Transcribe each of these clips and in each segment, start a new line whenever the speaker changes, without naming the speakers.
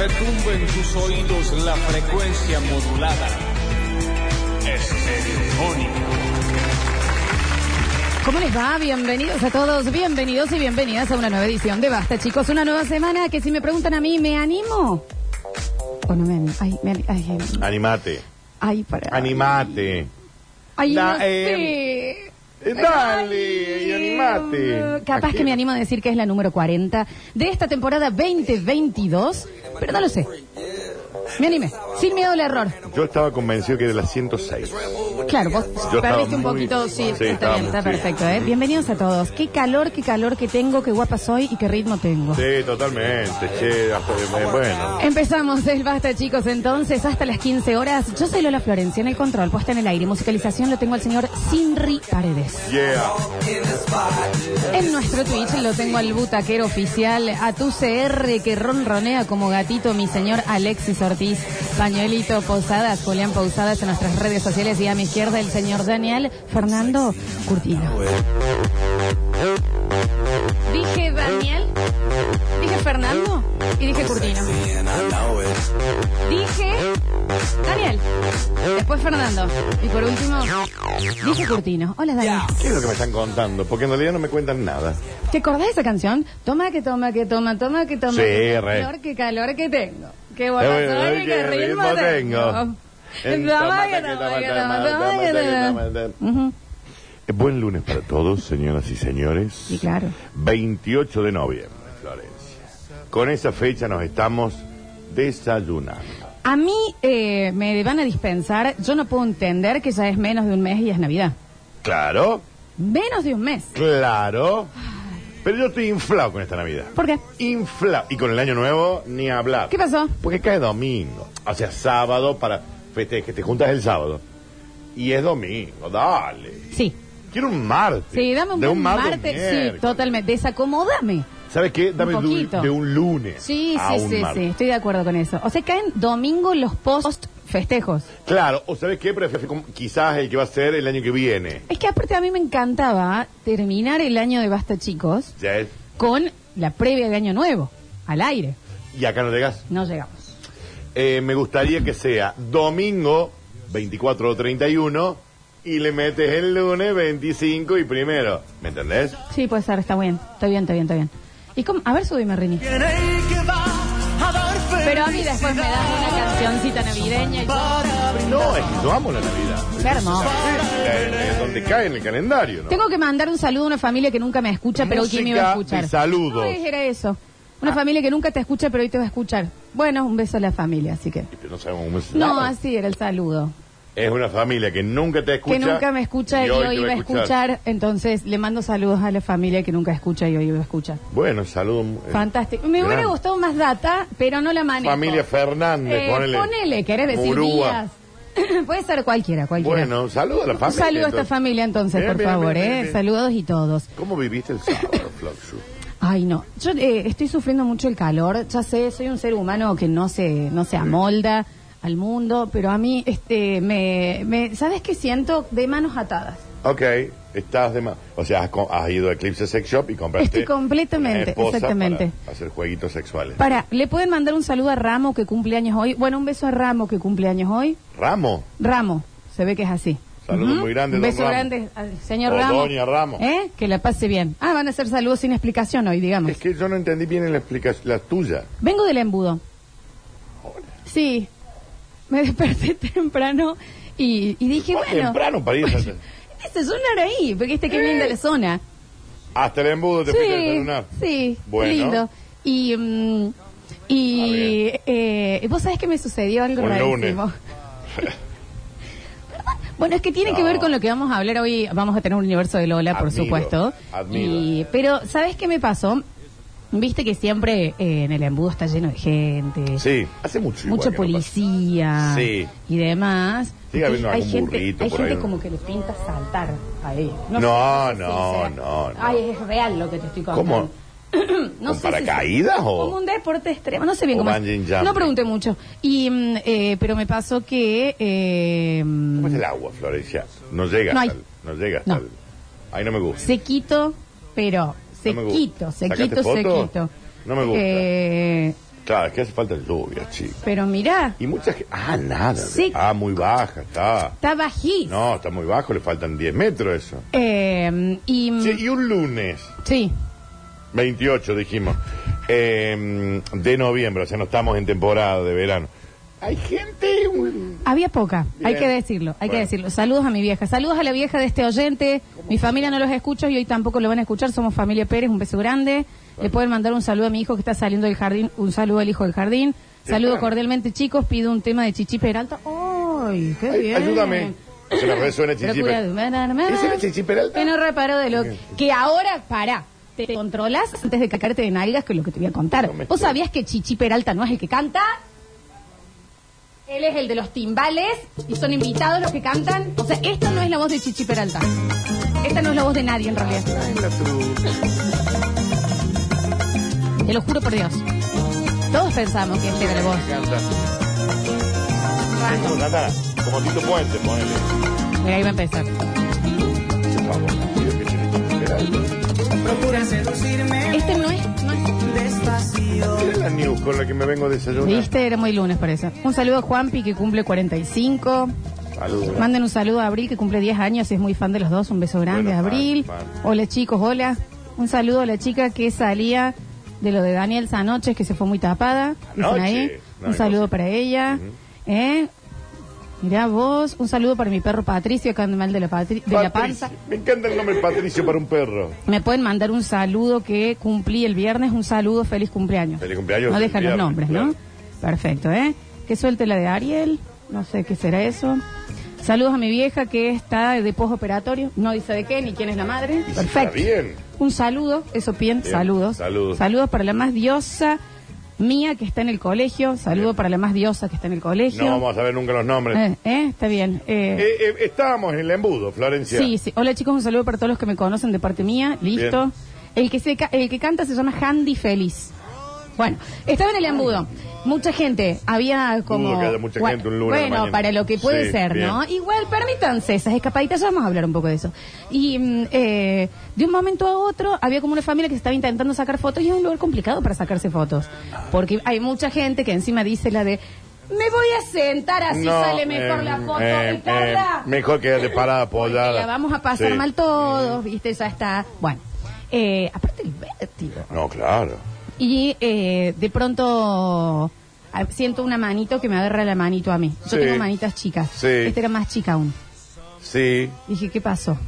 en tus oídos la frecuencia modulada.
¿Cómo les va? Bienvenidos a todos, bienvenidos y bienvenidas a una nueva edición de Basta, chicos. Una nueva semana que si me preguntan a mí, ¿me animo? O no me animo. Ay, me ani- ay, ay,
Animate.
ay, para.
Animate.
Ay,
Da-
no
eh,
sé.
eh, dale,
Ay,
y animate.
Capaz
Aquí.
que me animo a decir que es la número 40 de esta temporada 2022, pero no lo sé. Me animé, sin miedo al error.
Yo estaba convencido que era la 106.
Claro, vos
Yo estaba
perdiste un
muy-
poquito, sí,
sí,
está
estaba
bien,
muy-
está
sí.
perfecto, ¿eh? Bienvenidos a todos. Qué calor, qué calor que tengo, qué guapa soy y qué ritmo tengo.
Sí, totalmente. Che, hasta- eh, bueno.
Empezamos el Basta, chicos, entonces, hasta las 15 horas. Yo soy Lola Florencia, en el control, puesta en el aire, musicalización, lo tengo al señor Sinri Paredes.
Yeah.
En nuestro Twitch lo tengo al butaquero oficial, a tu CR que ronronea como gatito, mi señor Alexis Ortiz, Pañuelito Posadas, Julián Posadas en nuestras redes sociales y a mi izquierda el señor Daniel Fernando Curtino. Dije Daniel, dije Fernando y dije Curtino. Dije Daniel, después Fernando y por último dije Curtino. Hola Daniel.
¿Qué es lo que me están contando? Porque en realidad no me cuentan nada.
¿Te acordás de esa canción? Toma que toma que toma, toma que toma.
Sí,
que
re.
calor, que calor que tengo. Qué guapa
Eh, bueno,
soy,
ay,
qué ritmo tengo.
En
Toma
toma,
que
toma,
toma, que
toma,
toma,
toma,
toma,
toma,
que
toma.
toma. Ujú.
Eh, Buen lunes para todos, señoras y señores.
Y claro.
28 de noviembre, Florencia. Con esa fecha nos estamos desayunando.
A mí eh, me van a dispensar, yo no puedo entender que ya es menos de un mes y es Navidad.
Claro,
Menos de un mes.
claro. Pero yo estoy inflado con esta Navidad.
¿Por qué?
infla y con el año nuevo ni hablar.
¿Qué pasó?
Porque cae domingo, o sea, sábado para festejar, que te juntas el sábado. Y es domingo, dale.
Sí.
Quiero un martes.
Sí, dame un
de
buen
un martes, a un
martes. Sí,
miércoles.
totalmente. Desacomódame.
¿Sabes qué? Dame
Un
de un-
poquito.
de un lunes.
Sí,
a
sí,
un
sí, sí.
martes.
Estoy de acuerdo con eso. O sea, caen domingo los post festejos.
Claro, o ¿sabes qué? Prefiero como- quizás el que va a ser el año que viene.
Es que aparte a mí me encantaba terminar el año de Basta Chicos
Ya es.
con la previa de Año Nuevo, al aire.
Y acá no llegas.
No llegamos.
Eh, me gustaría que sea domingo 24 o 31 y le metes el lunes 25 y primero. ¿Me entendés?
Sí, puede ser, está bien, está bien, está bien, está bien. ¿Y cómo? A ver, subime, Rini. Pero a mí después me das una cancioncita navideña y todo.
No, es que yo amo la Navidad.
Qué hermoso.
Eh, eh, donde cae en el calendario, ¿no?
Tengo que mandar un saludo a una familia que nunca me escucha, pero hoy quién me iba a
Música
escuchar.
y
No,
saludos.
era eso. Una familia que nunca te escucha, pero hoy te va a escuchar. Bueno, un beso a la familia, así que.
Y que no sabemos cómo se
No,
llama.
así era el saludo.
Es una familia que nunca te escucha.
que nunca me escucha y, hoy
te va
iba a escuchar. Entonces le mando saludos a la familia que nunca escucha y hoy iba a escuchar.
Bueno, saludo. eh,
Fantástico. Me hubiera
grande.
gustado más data, pero no la manejo.
Familia
Eh,
Fernández, ponele.
querés decir
Murúa.
días. Puede ser cualquiera, cualquiera.
Bueno, saludo a la
Un
familia.
saludo a esta
entonces.
familia entonces,
Bien,
por
bien,
favor,
bien,
¿eh?
bien, bien.
Saludos y todos.
¿Cómo viviste el sábado, Floxu?
Ay, no. Yo eh, estoy sufriendo mucho el calor. Ya sé, soy un ser humano que no se, no se amolda al mundo, pero a mí, este, me, me, ¿sabes qué siento? De manos atadas.
Ok, estás de más. O sea, has, co- has ido a Eclipse Sex Shop y compraste.
Estoy completamente,
una esposa
exactamente.
para hacer jueguitos sexuales.
Para, ¿le pueden mandar un saludo a Ramo que cumple años hoy? Bueno, un beso a Ramo que cumple años hoy.
Ramo.
Ramo, se ve que es así.
Saludo
Ujú.
muy grande,
Un
don
beso
Ramo.
grande al señor
O
Ramo.
doña Ramo.
¿Eh? Que la pase bien. Ah, van a hacer saludos sin explicación hoy, digamos.
Es que yo no entendí bien la explicación, la tuya.
Vengo del embudo. Sí. Me desperté temprano y, y dije,
Muy
bueno. este
temprano para ir a hacer-
Desayunar ahí, porque este que
Eh.
linda la zona.
Hasta el embudo te fuiste a desayunar.
sí,
Bueno.
lindo. Y, mm,
Ah,
y
bien.
eh, vos sabés que me sucedió algo
Un
rarísimo.
lunes.
Bueno, es que tiene que
No.
ver con lo que vamos a hablar hoy. Vamos a tener un universo de Lola, por
Admiro,
supuesto.
admiro.
Y- pero, ¿sabes qué me pasó? Viste que siempre eh, en el embudo está lleno de gente.
Sí, hace mucho. igual
Mucho
que no pasa.
policía
Sí.
y demás.
Sigue habiendo
hay
algún
gente,
burrito
hay
por
gente
ahí, ¿no?
como que le pinta saltar ahí.
No,
sé
no,
será.
no, no.
Ay, es real lo que te estoy contando.
¿Cómo?
No sé
¿Con
si-
paracaídas o-
Como un deporte extremo, no sé bien
O
cómo es.
bungee jumping.
No pregunté mucho. Y, mm, eh, pero me pasó que... eh,
¿Cómo es el agua, Florencia? No llega.
No
hasta
hay.
el- No llega. hasta
No.
el- Ahí no me gusta.
Sequito, pero
No me
sequito,
gusta. ¿Sacaste
sequito,
foto?
sequito.
No me gusta.
Eh,
Claro, es que hace falta lluvia, chico.
Pero mirá,
Y mucha gente. Ah, nada.
Sí.
Ah, muy baja, está.
está bají.
No, está muy bajo, le faltan 10 metros eso.
Eh, y
Che, y un lunes,
sí,
28 dijimos, eh, de noviembre, o sea, no estamos en temporada de verano. Hay gente. un-
había poca,
Bien.
hay que decirlo, hay que
Bueno.
decirlo. Saludos a mi vieja, saludos a la vieja de este oyente. Mi familia no los escucha y hoy tampoco lo van a escuchar. Somos familia Pérez, un beso grande. Le pueden mandar un saludo a mi hijo que está saliendo del jardín, un saludo al hijo del jardín.
Sí,
Saludo
claro.
cordialmente, chicos. Pido un tema de Chichi Peralta. ¡Ay, qué
Ay,
bien!
ayúdame. Se la resuena Chichi
Procura
Peralta.
admirarme.
¿Ese era Chichi Peralta?
Que no reparo de lo que... que ahora, para, te te controlas antes de cacarte de nalgas que es lo que te voy a contar.
No me
¿Vos
estoy-
sabías que Chichi Peralta no es el que canta? Él es el de los timbales y son invitados los que cantan. O sea, esta no es la voz de Chichi Peralta. Esta no es la voz de nadie en realidad. Te lo juro por Dios. Todos pensamos que esta era la voz.
Me encanta. Es como Natana, como Tito Puente, ponele.
Mira, ahí va a empezar.
Por favor, pido que Chichi Peralta.
Procura seducirme
Este no es, no es.
despacio.
Mira la news con la que me vengo a desayunar.
Viste, era muy lunes parece. Un saludo a Juanpi que cumple 45.
Saludos.
Manden un saludo a Abril que cumple 10 años y es muy fan de los dos. Un beso grande
Bueno,
a Abril.
fan, fan.
Hola chicos, hola. Un saludo a la chica que salía de lo de Daniel Sanoches que se fue muy tapada. Dicen
Anoche.
ahí.
No,
un saludo
no sé.
para ella. ¿Eh? Mirá vos, un saludo para mi perro Patricio, que anda mal de la, patri- de la
Patricio.
panza.
Me encanta el nombre Patricio para un perro.
Me pueden mandar un saludo que cumplí el viernes, un saludo, feliz cumpleaños.
Feliz cumpleaños,
No
feliz
dejan los nombres,
viernes,
¿no? Perfecto, ¿eh? Que suelte la de Ariel, no sé qué será eso. Saludos a mi vieja que está de postoperatorio, no dice de qué ni quién es la madre.
Y si
Perfecto.
Está bien.
Un saludo, eso bien,
Bien,
saludos.
saludos.
para la más diosa mía que está en el colegio, saludo
Bien.
para la más diosa que está en el colegio.
No vamos a saber nunca los nombres.
Eh, eh, Está bien. eh.
Eh, eh, estábamos en el embudo, Florencia.
Sí, sí. Hola chicos, un saludo para todos los que me conocen de parte mía. Listo.
Bien.
El que, se ca- el que canta se llama Handy Feliz. Bueno, estaba en el embudo. Mucha gente, había como...
Dudo que haya mucha
Gua-
gente un lunes a la
Bueno,
mañana.
para lo que puede
Sí,
ser, ¿no?
bien.
Igual, permítanse esas escapaditas, ya vamos a hablar un poco de eso. Y mm, eh, de un momento a otro había como una familia que se estaba intentando sacar fotos y es un lugar complicado para sacarse fotos. Porque hay mucha gente que encima dice la de... Me voy a sentar, así
No,
sale mejor
eh,
la foto.
eh,
y tarda".
eh, mejor quédate parada
Porque
apoyada.
La vamos a pasar
Sí.
mal todos, ¿viste? Ya está. Bueno, eh, aparte el vértigo.
No, claro.
Y eh, de pronto ah, siento una manito que me agarra la manito a mí. Yo
Sí.
tengo manitas chicas.
Sí.
Esta era más chica aún.
Sí.
Dije, ¿qué pasó?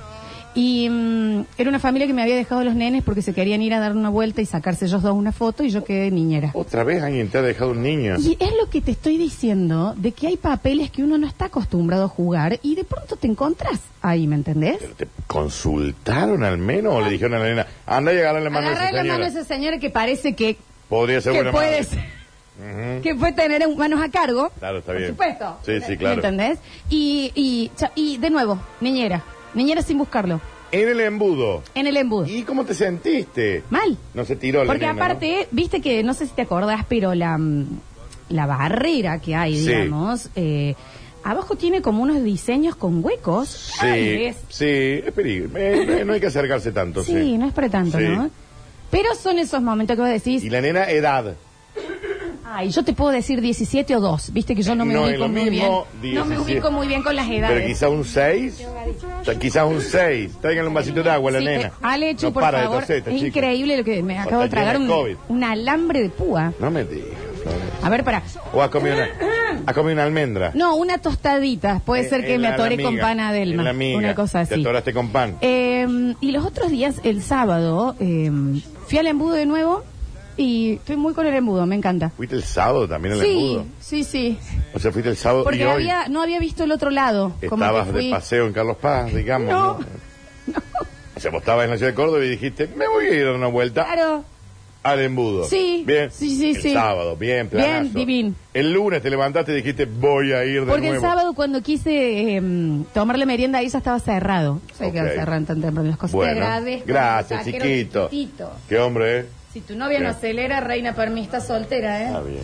Y mm, era una familia que me había dejado los nenes porque se querían ir a dar una vuelta y sacarse ellos dos una foto y yo quedé niñera.
Otra vez alguien te ha dejado un niño.
Y es lo que te estoy diciendo, de que hay papeles que uno no está acostumbrado a jugar y de pronto te encontrás ahí, ¿me entendés?
¿Pero ¿Te consultaron al menos o le dijeron a la nena, anda y agarra la mano a esa
Agarrá la
señora?
mano a esa señora que parece que,
Podría ser
que
buena
puede
madre.
ser-
Ujú.
que puede tener manos a cargo.
Claro, está
por
bien.
supuesto.
Sí, sí,
¿Me
claro.
entendés? Y, y, cha- y de nuevo, niñera. Niñera sin buscarlo.
En el embudo.
En el embudo.
¿Y cómo te sentiste?
Mal.
No se tiró la
Porque
nena, ¿no?
aparte, viste que, no sé si te acordás, pero la, mm, la barrera que hay,
Sí.
digamos, eh, abajo tiene como unos diseños con huecos.
Sí,
grandes.
sí, es peligro. Eh, eh, no hay que acercarse tanto, sí.
Sí, no es para tanto,
Sí.
¿no? Pero son esos momentos que vos decís,
Y la nena, edad.
Ay, yo te puedo decir 17 o 2, viste que yo no me
No, es
ubico
lo
muy
mismo,
bien. No me
17.
ubico muy bien con las
Pero
edades.
quizás un 6. Quizás un 6. Tráiganle un vasito de agua a la
Sí,
nena.
eh, Ale, Chu,
no
por
para
favor,
de toseta,
es
chico.
increíble lo que me
Hasta
acabo de
tiene
tragar
COVID.
un, un alambre de púa.
No me digas. Flores.
A ver, para.
¿O has comido una, has comido una almendra?
No, una tostadita. Puede
Eh,
ser que
en
me
la-
atore
la
con
miga,
pan
en
adelma.
la miga.
Una cosa
Te
así.
atoraste con pan.
Eh, y los otros días, el sábado, eh, fui al embudo de nuevo y estoy muy con el embudo, me encanta.
¿Fuiste el sábado también al
Sí,
embudo?
sí, sí.
O sea, fuiste el sábado y
Porque
hoy
había, no había visto el otro lado. como
estabas
que
de
fui-
paseo en Carlos Paz, digamos.
No.
O sea, vos estabas en la ciudad de Córdoba y dijiste, me voy a ir a dar una vuelta
Claro.
al embudo.
Sí.
Bien.
Sí, sí,
el
sí.
sábado, bien, planazo.
Bien, divín.
El lunes te levantaste y dijiste, voy a ir de
Porque
nuevo.
el sábado cuando quise eh, tomar la merienda ahí ya estaba cerrado. Sé que
Ok.
cerran tan temprano las cosas.
Bueno,
Te agradezco.
gracias,
saquero
chiquito.
chiquitito.
Qué hombre, ¿eh?
Si tu novia no
Bien.
acelera, reina permista soltera, ¿eh?
Está bien.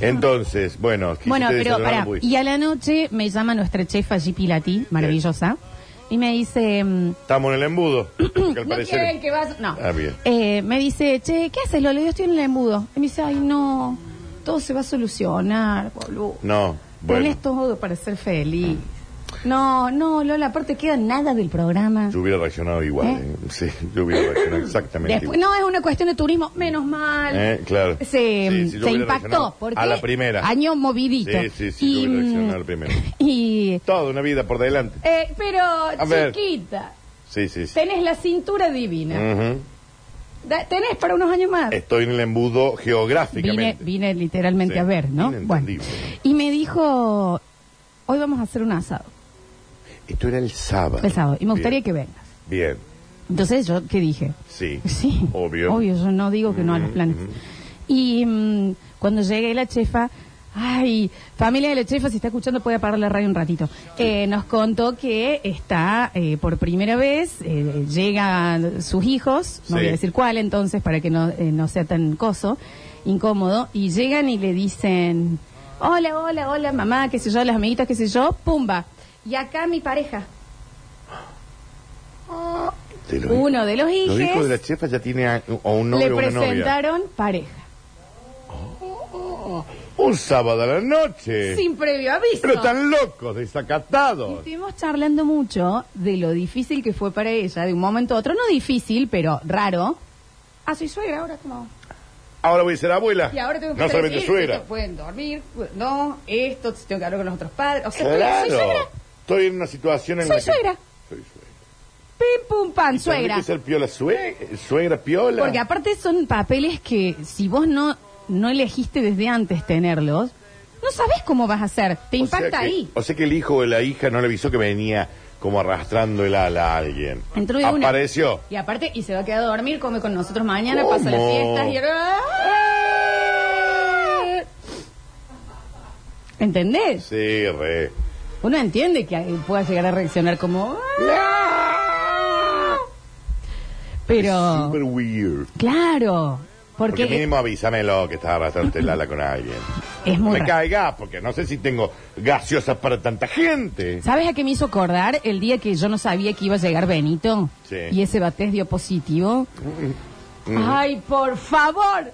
Entonces, bueno, quisiste
Bueno, pero
desayunar,
pará.
no pudiste.
Y a la noche me llama nuestra chefa G. Pilati, maravillosa, y me dice... mm,
Estamos en el embudo. porque
no
al parecer.
quieren que vas. No.
Ah, bien.
Eh, me dice, che, ¿qué haces, Lolo? Yo estoy en el embudo. Y me dice, ay, no, todo se va a solucionar, boludo.
No, bueno.
Tenés todo para ser feliz. No, no, Lola, aparte queda nada del programa.
Yo hubiera reaccionado igual.
¿Eh?
eh. Sí, yo hubiera reaccionado exactamente
Después,
igual.
no, es una cuestión de turismo, menos mal.
Eh, claro.
Se,
Sí, sí, yo
se
hubiera
impactó.
reaccionado
Porque
a la primera.
Año movidito. mm,
Sí, sí, sí, yo hubiera reaccionado a la primera.
y
Toda una vida por delante.
eh, pero,
ver. Mm.
chiquita,
Sí, sí, sí.
tenés la cintura divina.
Ujú.
Da- Tenés para unos años más.
Estoy en el embudo
Vine,
geográficamente.
vine literalmente
Este, Sí,
a ver, ¿no?
inentendible.
y me dijo, hoy vamos a hacer un asado,
Esto era el sábado.
el sábado, y me gustaría
Bien.
que vengas.
Bien,
Entonces yo, ¿qué dije?
sí.
Sí,
Obvio.
yo no digo que no a los
Mm,
planes.
mm.
Y mm, cuando llegué la chefa, ay, familia de la chefa, si está escuchando puede apagar la radio un ratito. Eh, nos contó que está eh, por primera vez, eh, llegan sus hijos, no
Sí.
voy a decir cuál entonces para que no, eh, no sea tan coso, incómodo, y llegan y le dicen, hola, hola, hola, mamá, qué sé yo, las amiguitas, qué sé yo, pumba. Y acá mi pareja,
Te lo-
uno de los hijos.
Los hijos de la chefa ya tiene a, a un
le
novio o una novia.
presentaron pareja.
Un sábado a la noche.
Sin previo aviso.
Eh, Pero están locos,
Y
desacatados.
Estuvimos charlando mucho de lo difícil que fue para ella, de un momento a otro, no difícil, pero raro. Ah, soy suegra ahora, como.
Ahora voy a ser abuela.
Y ahora tengo que
Ah. no
estar
solamente
aquí,
suegra.
esto, Pueden dormir, pu- no, esto, tengo que hablar con los otros padres. O sea, soy
Claro.
suegra,
Estoy en una situación en
Soy
la que...
suegra.
Soy suegra.
pim, pum, pan,
Tendré
suegra.
que ser piola suegra, suegra piola.
Porque aparte son papeles que si vos no, no elegiste desde antes tenerlos, no sabés cómo vas a hacer. Te
O sea
impacta
que-
ahí.
O sea que el hijo o la hija no le avisó que venía como arrastrando el ala a alguien.
Entró de una.
Apareció.
Y aparte, y se va a quedar a dormir, come con nosotros mañana,
¿Cómo?
pasa las fiestas y... ¡Ah! ¿Entendés?
Sí, re.
Uno entiende que ahí pueda llegar a reaccionar como... "Ah",
Es
Pero...
Super weird.
Claro,
Porque
porque
mínimo avísamelo que estás arrastrando el ala con alguien.
es
No
muy...
me
raro.
caiga, porque no sé si tengo gaseosas para tanta gente.
¿Sabes a qué me hizo acordar el día que yo no sabía que iba a llegar Benito?
Sí. Mm.
Y ese batés dio positivo. Ay, por favor.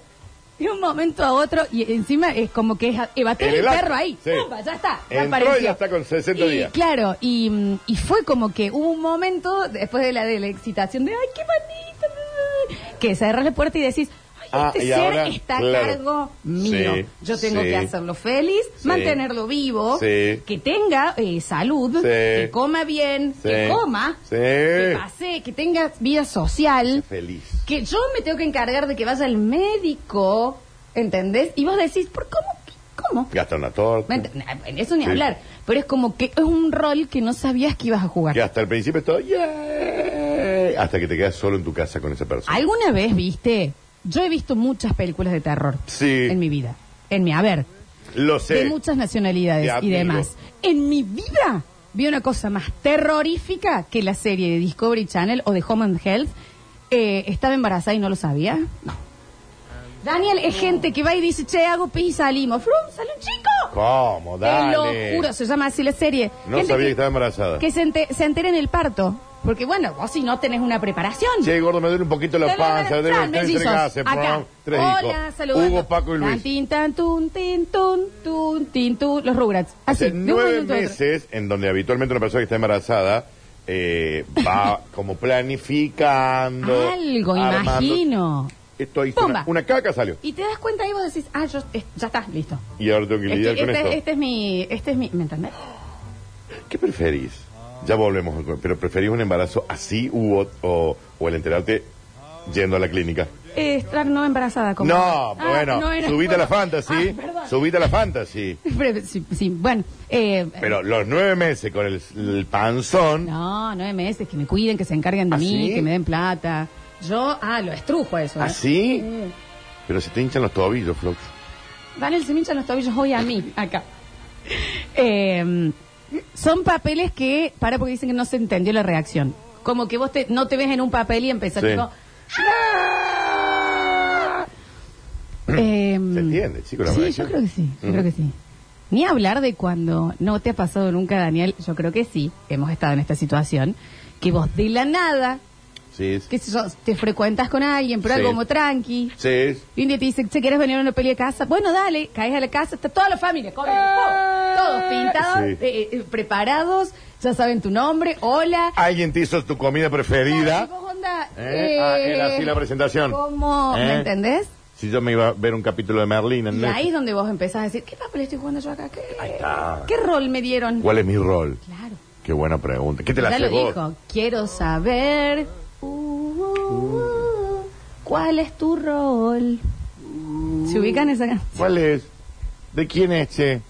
De un momento a otro, y encima es como que es eh, batés
En
el,
el acto,
perro ahí.
sí.
Pumba, ya está. ya
Entró y
apareció.
ya está con 60
Y,
días.
Eh, Claro, y, mm, y fue como que hubo un momento después de la, de la excitación de, ay, qué bonito. Que cerras la puerta y decís, ay,
Ah,
este
y
ser
ahora,
está a
claro.
cargo mío.
Sí,
Yo tengo
sí.
que hacerlo feliz,
Sí.
mantenerlo vivo,
Sí.
que tenga eh, salud,
Sí.
que coma bien, que
Sí.
coma,
Sí.
que pase, que tenga vida social,
Feliz.
que yo me tengo que encargar de que vaya al médico, ¿entendés? Y vos decís, ¿por cómo? ¿Cómo?
Gasta una torta.
Me ent- nah, bueno, Eso ni
Sí.
hablar, pero es como que es un rol que no sabías que ibas a jugar.
Que hasta el principio es todo. "Yeah", Hasta que te quedas solo en tu casa con esa persona.
¿Alguna vez viste? Yo he visto muchas películas de terror
Sí.
en mi vida, en mi haber,
Lo sé.
de muchas nacionalidades
Te
y
admiro.
demás. En mi vida vi una cosa más terrorífica que la serie de Discovery Channel o de Home and Health. Eh, estaba embarazada y no lo sabía. No. Daniel es gente que va y dice, che, hago pis y salimos. ¡Frum, sale un chico!
¿Cómo? Dale.
Te lo juro, se llama así la serie.
No
Gente
sabía que, estaba embarazada.
Que se, ente- se entera en el parto. Porque bueno, vos si no tenés una preparación.
Che, gordo, me duele un poquito la panza. Debe
Fran,
estar entre
mellizos,
gases,
acá.
pum, Tres
Hola,
hijos.
saludando.
Hugo, Paco y
Tan,
Luis.
tin, tan, tun, tin, tun, tun, tin, tun, los Rugrats.
O
Así,
sea,
Ah, de un
nueve
momento a otro.
meses en donde habitualmente una persona que está embarazada eh, va como planificando.
Algo,
armando.
imagino.
Esto hizo
Pumba.
una, una caca salió.
Y te das cuenta y vos decís, ah, yo, es- ya está, listo.
Y ahora tengo que
Este,
lidiar con
este-
esto.
este es mi, este es mi, ¿me entendés?
¿Qué preferís? Ya volvemos, pero ¿preferís un embarazo así u ot- o, o el enterarte yendo a la clínica?
Eh, estar no embarazada como.
No,
Ah,
bueno,
no era-
subite a la
bueno.
fantasy,
Ay, perdón.
subite a la fantasy.
Pero, sí, sí, bueno, eh,
Pero los nueve meses con el, el panzón,
No, nueve meses, que me cuiden, que se encarguen de
¿Ah,
mí,
sí?
que me den plata. Yo, ah, lo estrujo eso. ¿eh?
así,
Sí.
pero se te hinchan los tobillos, Flox.
Daniel, se me hinchan los tobillos hoy a mí, acá. Eh, son papeles que, para porque dicen que no se entendió la reacción. Como que vos te- no te ves en un papel y empezás
Sí.
tipo... Eh,
Se entiende, chico, la
Sí, yo
reacción.
creo que sí, yo
Mm.
creo que sí. Ni hablar de cuando no te ha pasado nunca, Daniel, yo creo que sí, hemos estado en esta situación, que vos de la nada
Sí.
qué sé yo, te frecuentas con alguien, pero
Sí.
algo como tranqui.
Sí.
Y un día te dicen, che, ¿quieres venir a una peli de casa? Bueno, dale, caes a la casa, está toda la familia, corriendo, ¡pum! todos pintados,
Sí.
eh, eh, preparados, ya saben tu nombre, hola.
Alguien te hizo tu comida
Claro,
preferida.
y vos, onda,
Ah, ¿Eh? Ah, era así la presentación.
¿Cómo?
¿Eh?
¿Me entendés?
Si yo me iba a ver un capítulo de Merlín en
Y ahí es
Netflix,
donde vos empezás a decir, ¿qué papel estoy jugando yo acá? ¿Qué,
está.
¿qué rol me dieron?
¿Cuál es mi rol?
Claro.
Qué buena pregunta. ¿Qué te la
Ya lo
haces vos?
dijo. Quiero saber uh, uh, uh, cuál es tu rol.
Uh.
¿Se ubican esa canción?
¿Cuál es? ¿De quién es, che?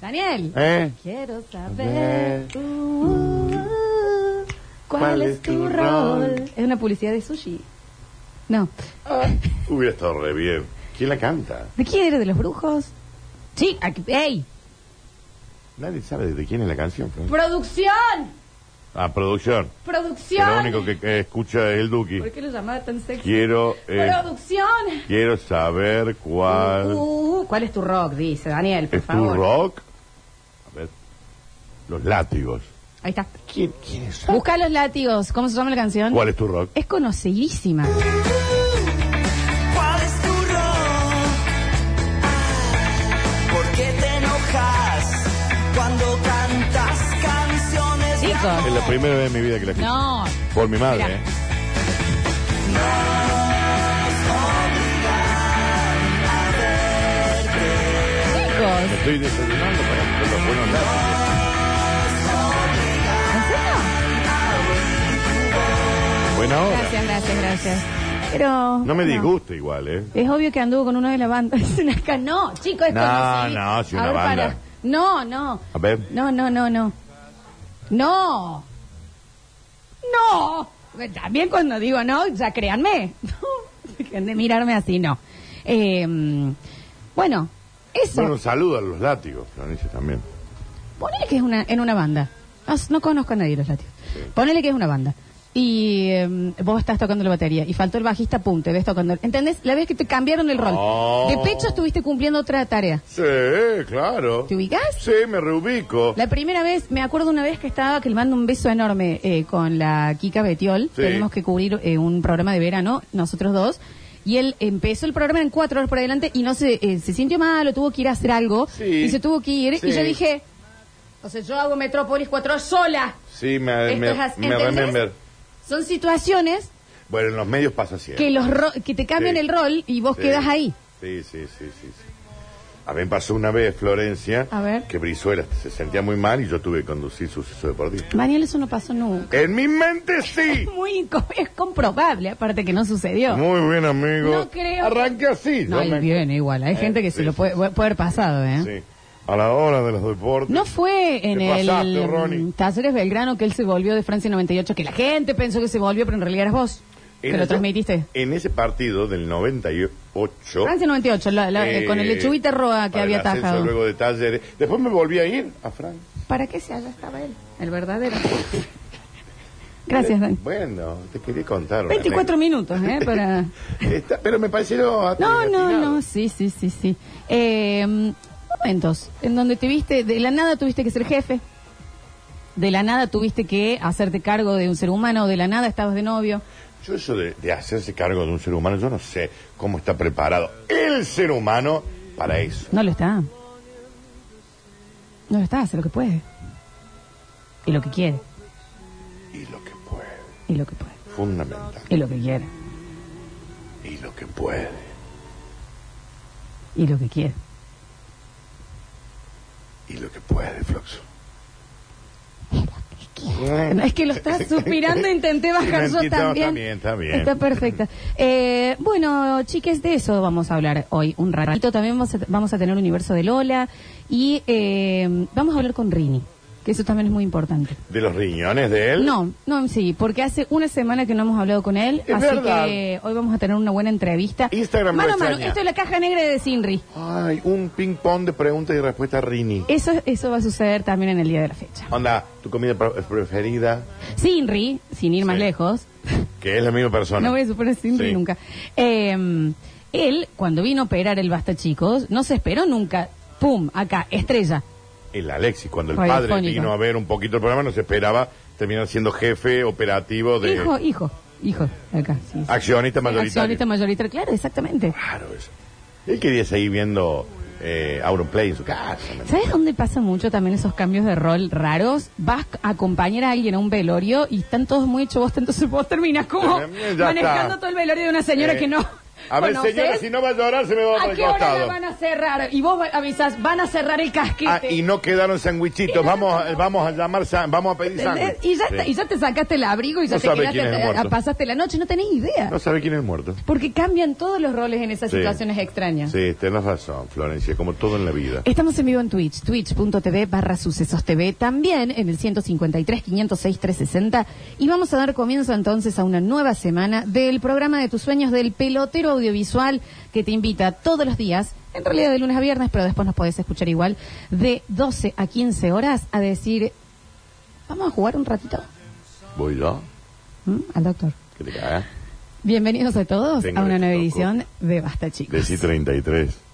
Daniel.
¿Eh?
Quiero
Ver.
saber uh, uh, uh, cuál, es tu rol. Es una publicidad de sushi. No.
Hubiera estado re bien. ¿Quién la canta?
¿De quién era? ¿De los brujos? Sí, aquí. ¡Ey!
Nadie sabe de quién es la canción. Fran.
¡Producción!
Ah, producción. Que
¡Producción!
lo único que eh, escucha es el Duki.
¿Por qué lo llamaba tan sexy?
Quiero, eh,
¡Producción!
quiero saber cuál
Uh, uh, ¿Cuál es tu rock? Dice Daniel, por
es tu
favor.
rock. A ver. Los látigos.
Ahí está.
¿Quién, quién es?
Busca los látigos. ¿Cómo se llama la canción?
¿Cuál es tu rock?
Es conocidísima.
¿Cuál es tu rol? ¿Por qué te enojas cuando cantas canciones? de
Chicos.
amor?
Es la primera vez en mi vida que la escucho.
No.
Por mi madre,
Mira.
¿eh? Me
Chicos.
estoy desayunando para con los buenos látigos.
¿En serio?
Buena hora.
Gracias, gracias, gracias. Pero.
No me disgusta igual, ¿eh?
Es obvio que anduvo con uno de la banda. Dicen acá, no, chicos, es
No,
conocidí-
no, si
A
una
ver,
banda.
para. No, no.
A ver.
No, no, no, no. No. No. También cuando digo no, ya créanme. Dejen de mirarme así, no. Eh, bueno, eso.
Bueno, un saludo a los látigos, Florencia, también.
Ponele que es una, en una banda. No, no conozco a nadie los latios. Ponele que es una banda. Y eh, vos estás tocando la batería y faltó el bajista, pum, te ves tocando. ¿Entendés? La vez que te cambiaron el rol.
Oh.
De pecho estuviste cumpliendo otra tarea.
Sí, claro.
¿Te ubicás?
Sí, me reubico.
La primera vez, me acuerdo una vez que estaba, que le mando un beso enorme eh, con la Kika Betiol.
Sí.
Tenemos que cubrir eh, un programa de verano, nosotros dos. Y él empezó el programa en cuatro horas por adelante y no se, eh, se sintió mal o tuvo que ir a hacer algo.
Sí.
Y se tuvo que ir.
Sí.
Y yo dije, o sea, yo hago Metrópolis cuatro horas sola.
Sí, me,
Esto
me,
es así,
me
¿entendés?
remember.
Son situaciones
Bueno, en los medios pasa siempre.
que los ro- que te cambian
Sí.
el rol y vos
Sí.
quedas ahí.
Sí, sí, sí, sí, sí. A mí me pasó una vez, Florencia,
A ver.
que Brizuela se sentía muy mal y yo tuve que conducir su suceso deportivo.
Daniel, eso no pasó nunca.
En mi mente
Es
sí.
muy inco- es comprobable, aparte que no sucedió.
Muy bien, amigo.
No creo.
Arranque así.
no,
yo
y
me-
viene igual. Hay
Eh,
gente que
sí,
se lo
sí,
puede, puede haber pasado, ¿eh?
Sí. A la hora de los deportes.
No fue en
Te
el
pasaste,
mm,
Ronnie.
Talleres Belgrano que él se volvió de Francia 98, que la gente pensó que se volvió, pero en realidad eras vos. Que
En
lo
ese-
transmitiste.
En ese partido del 98.
Francia 98, la- la-
eh,
con el lechuguita roa que
para el
había
ascenso
tajado.
Luego de Talleres. Después me volví a ir a Francia.
¿Para qué se allá estaba él? El verdadero. Gracias, Dan.
Bueno, te quería contar. una
24
anécdota.
minutos, ¿eh? Para...
Está- pero me pareció.
No, no,
atinado.
no, sí, sí, sí, sí. Eh, momentos en donde te viste, de la nada tuviste que ser jefe, de la nada tuviste que hacerte cargo de un ser humano, de la nada estabas de novio.
Yo, eso de, de hacerse cargo de un ser humano, yo no sé cómo está preparado el ser humano para eso.
No lo está. No lo está, hace lo que puede. Y lo que quiere,
Y lo que puede.
y lo que puede,
Fundamental.
y lo que quiere,
Y lo que puede.
y lo que quiere.
Y lo que puede, Floxo.
No, es que lo estás suspirando, intenté bajar
Sí,
yo
mentira,
también.
está bien, está bien.
Está perfecta. Eh, bueno, chiques, de eso vamos a hablar hoy un ratito. También vamos a, vamos a tener Universo de Lola y eh, vamos a hablar con Rini, que eso también es muy importante.
¿De los riñones de él?
No, no, sí, porque hace una semana que no hemos hablado con él,
Es
así
verdad.
que hoy vamos a tener una buena entrevista.
Instagram
mano a mano,
reseña.
esto es la caja negra de Sinri.
Ay, un ping-pong de preguntas y respuestas Rini.
Eso, eso va a suceder también en el día de la fecha.
Onda, tu comida pre- preferida,
Sinri, sin ir más
Sí.
lejos,
que es la misma persona.
No voy a suponer siempre
Sí.
nunca. Eh, él, cuando vino a operar el Basta Chicos, no se esperó nunca. ¡Pum! Acá, estrella.
El Alexis, cuando el
Radiofónico.
padre vino a ver un poquito el programa, no se esperaba terminar siendo jefe operativo de...
Hijo, hijo. hijos acá. sí, sí.
Accionista mayoritario.
Accionista mayoritario, claro, exactamente.
Claro eso. Él quería seguir viendo eh, Auronplay en su casa. ¿me
¿Sabes dónde pasa mucho también esos cambios de rol raros? Vas a acompañar a alguien a un velorio y están todos muy hechos vos, entonces vos terminás como
Eh, ya está.
manejando todo el velorio de una señora
Eh,
que no.
A ver,
conoces.
señora, si no va a llorar, se me va
¿A
para el
qué hora la
costado.
van a cerrar? Y vos va- avisás, van a cerrar el casquete.
Ah, y no quedaron sandwichitos. Vamos, a- vamos a llamar, san- vamos a pedir
¿Entendés?
sándwich.
Y ya,
Sí.
está- y ya te sacaste el abrigo y ya
No
te
sabe
quedaste,
quién es el
a- a-
muerto.
pasaste la noche, no tenés idea.
No sabe quién es el muerto.
Porque cambian todos los roles en esas
Sí.
situaciones extrañas.
Sí, tenés razón, Florencia, como todo en la vida.
Estamos en vivo en Twitch, twitch.tv barra sucesos TV, también en el 153 506 360 y vamos a dar comienzo entonces a una nueva semana del programa de tus sueños del pelotero audiovisual que te invita todos los días, en realidad de lunes a viernes, pero después nos podés escuchar igual, de 12 a 15 horas a decir, vamos a jugar un ratito
Voy yo,
¿Mm? al doctor.
que te cagas.
Bienvenidos a todos
Tengo
a una
el
nueva
loco.
edición de Basta Chicos.
Decí 33.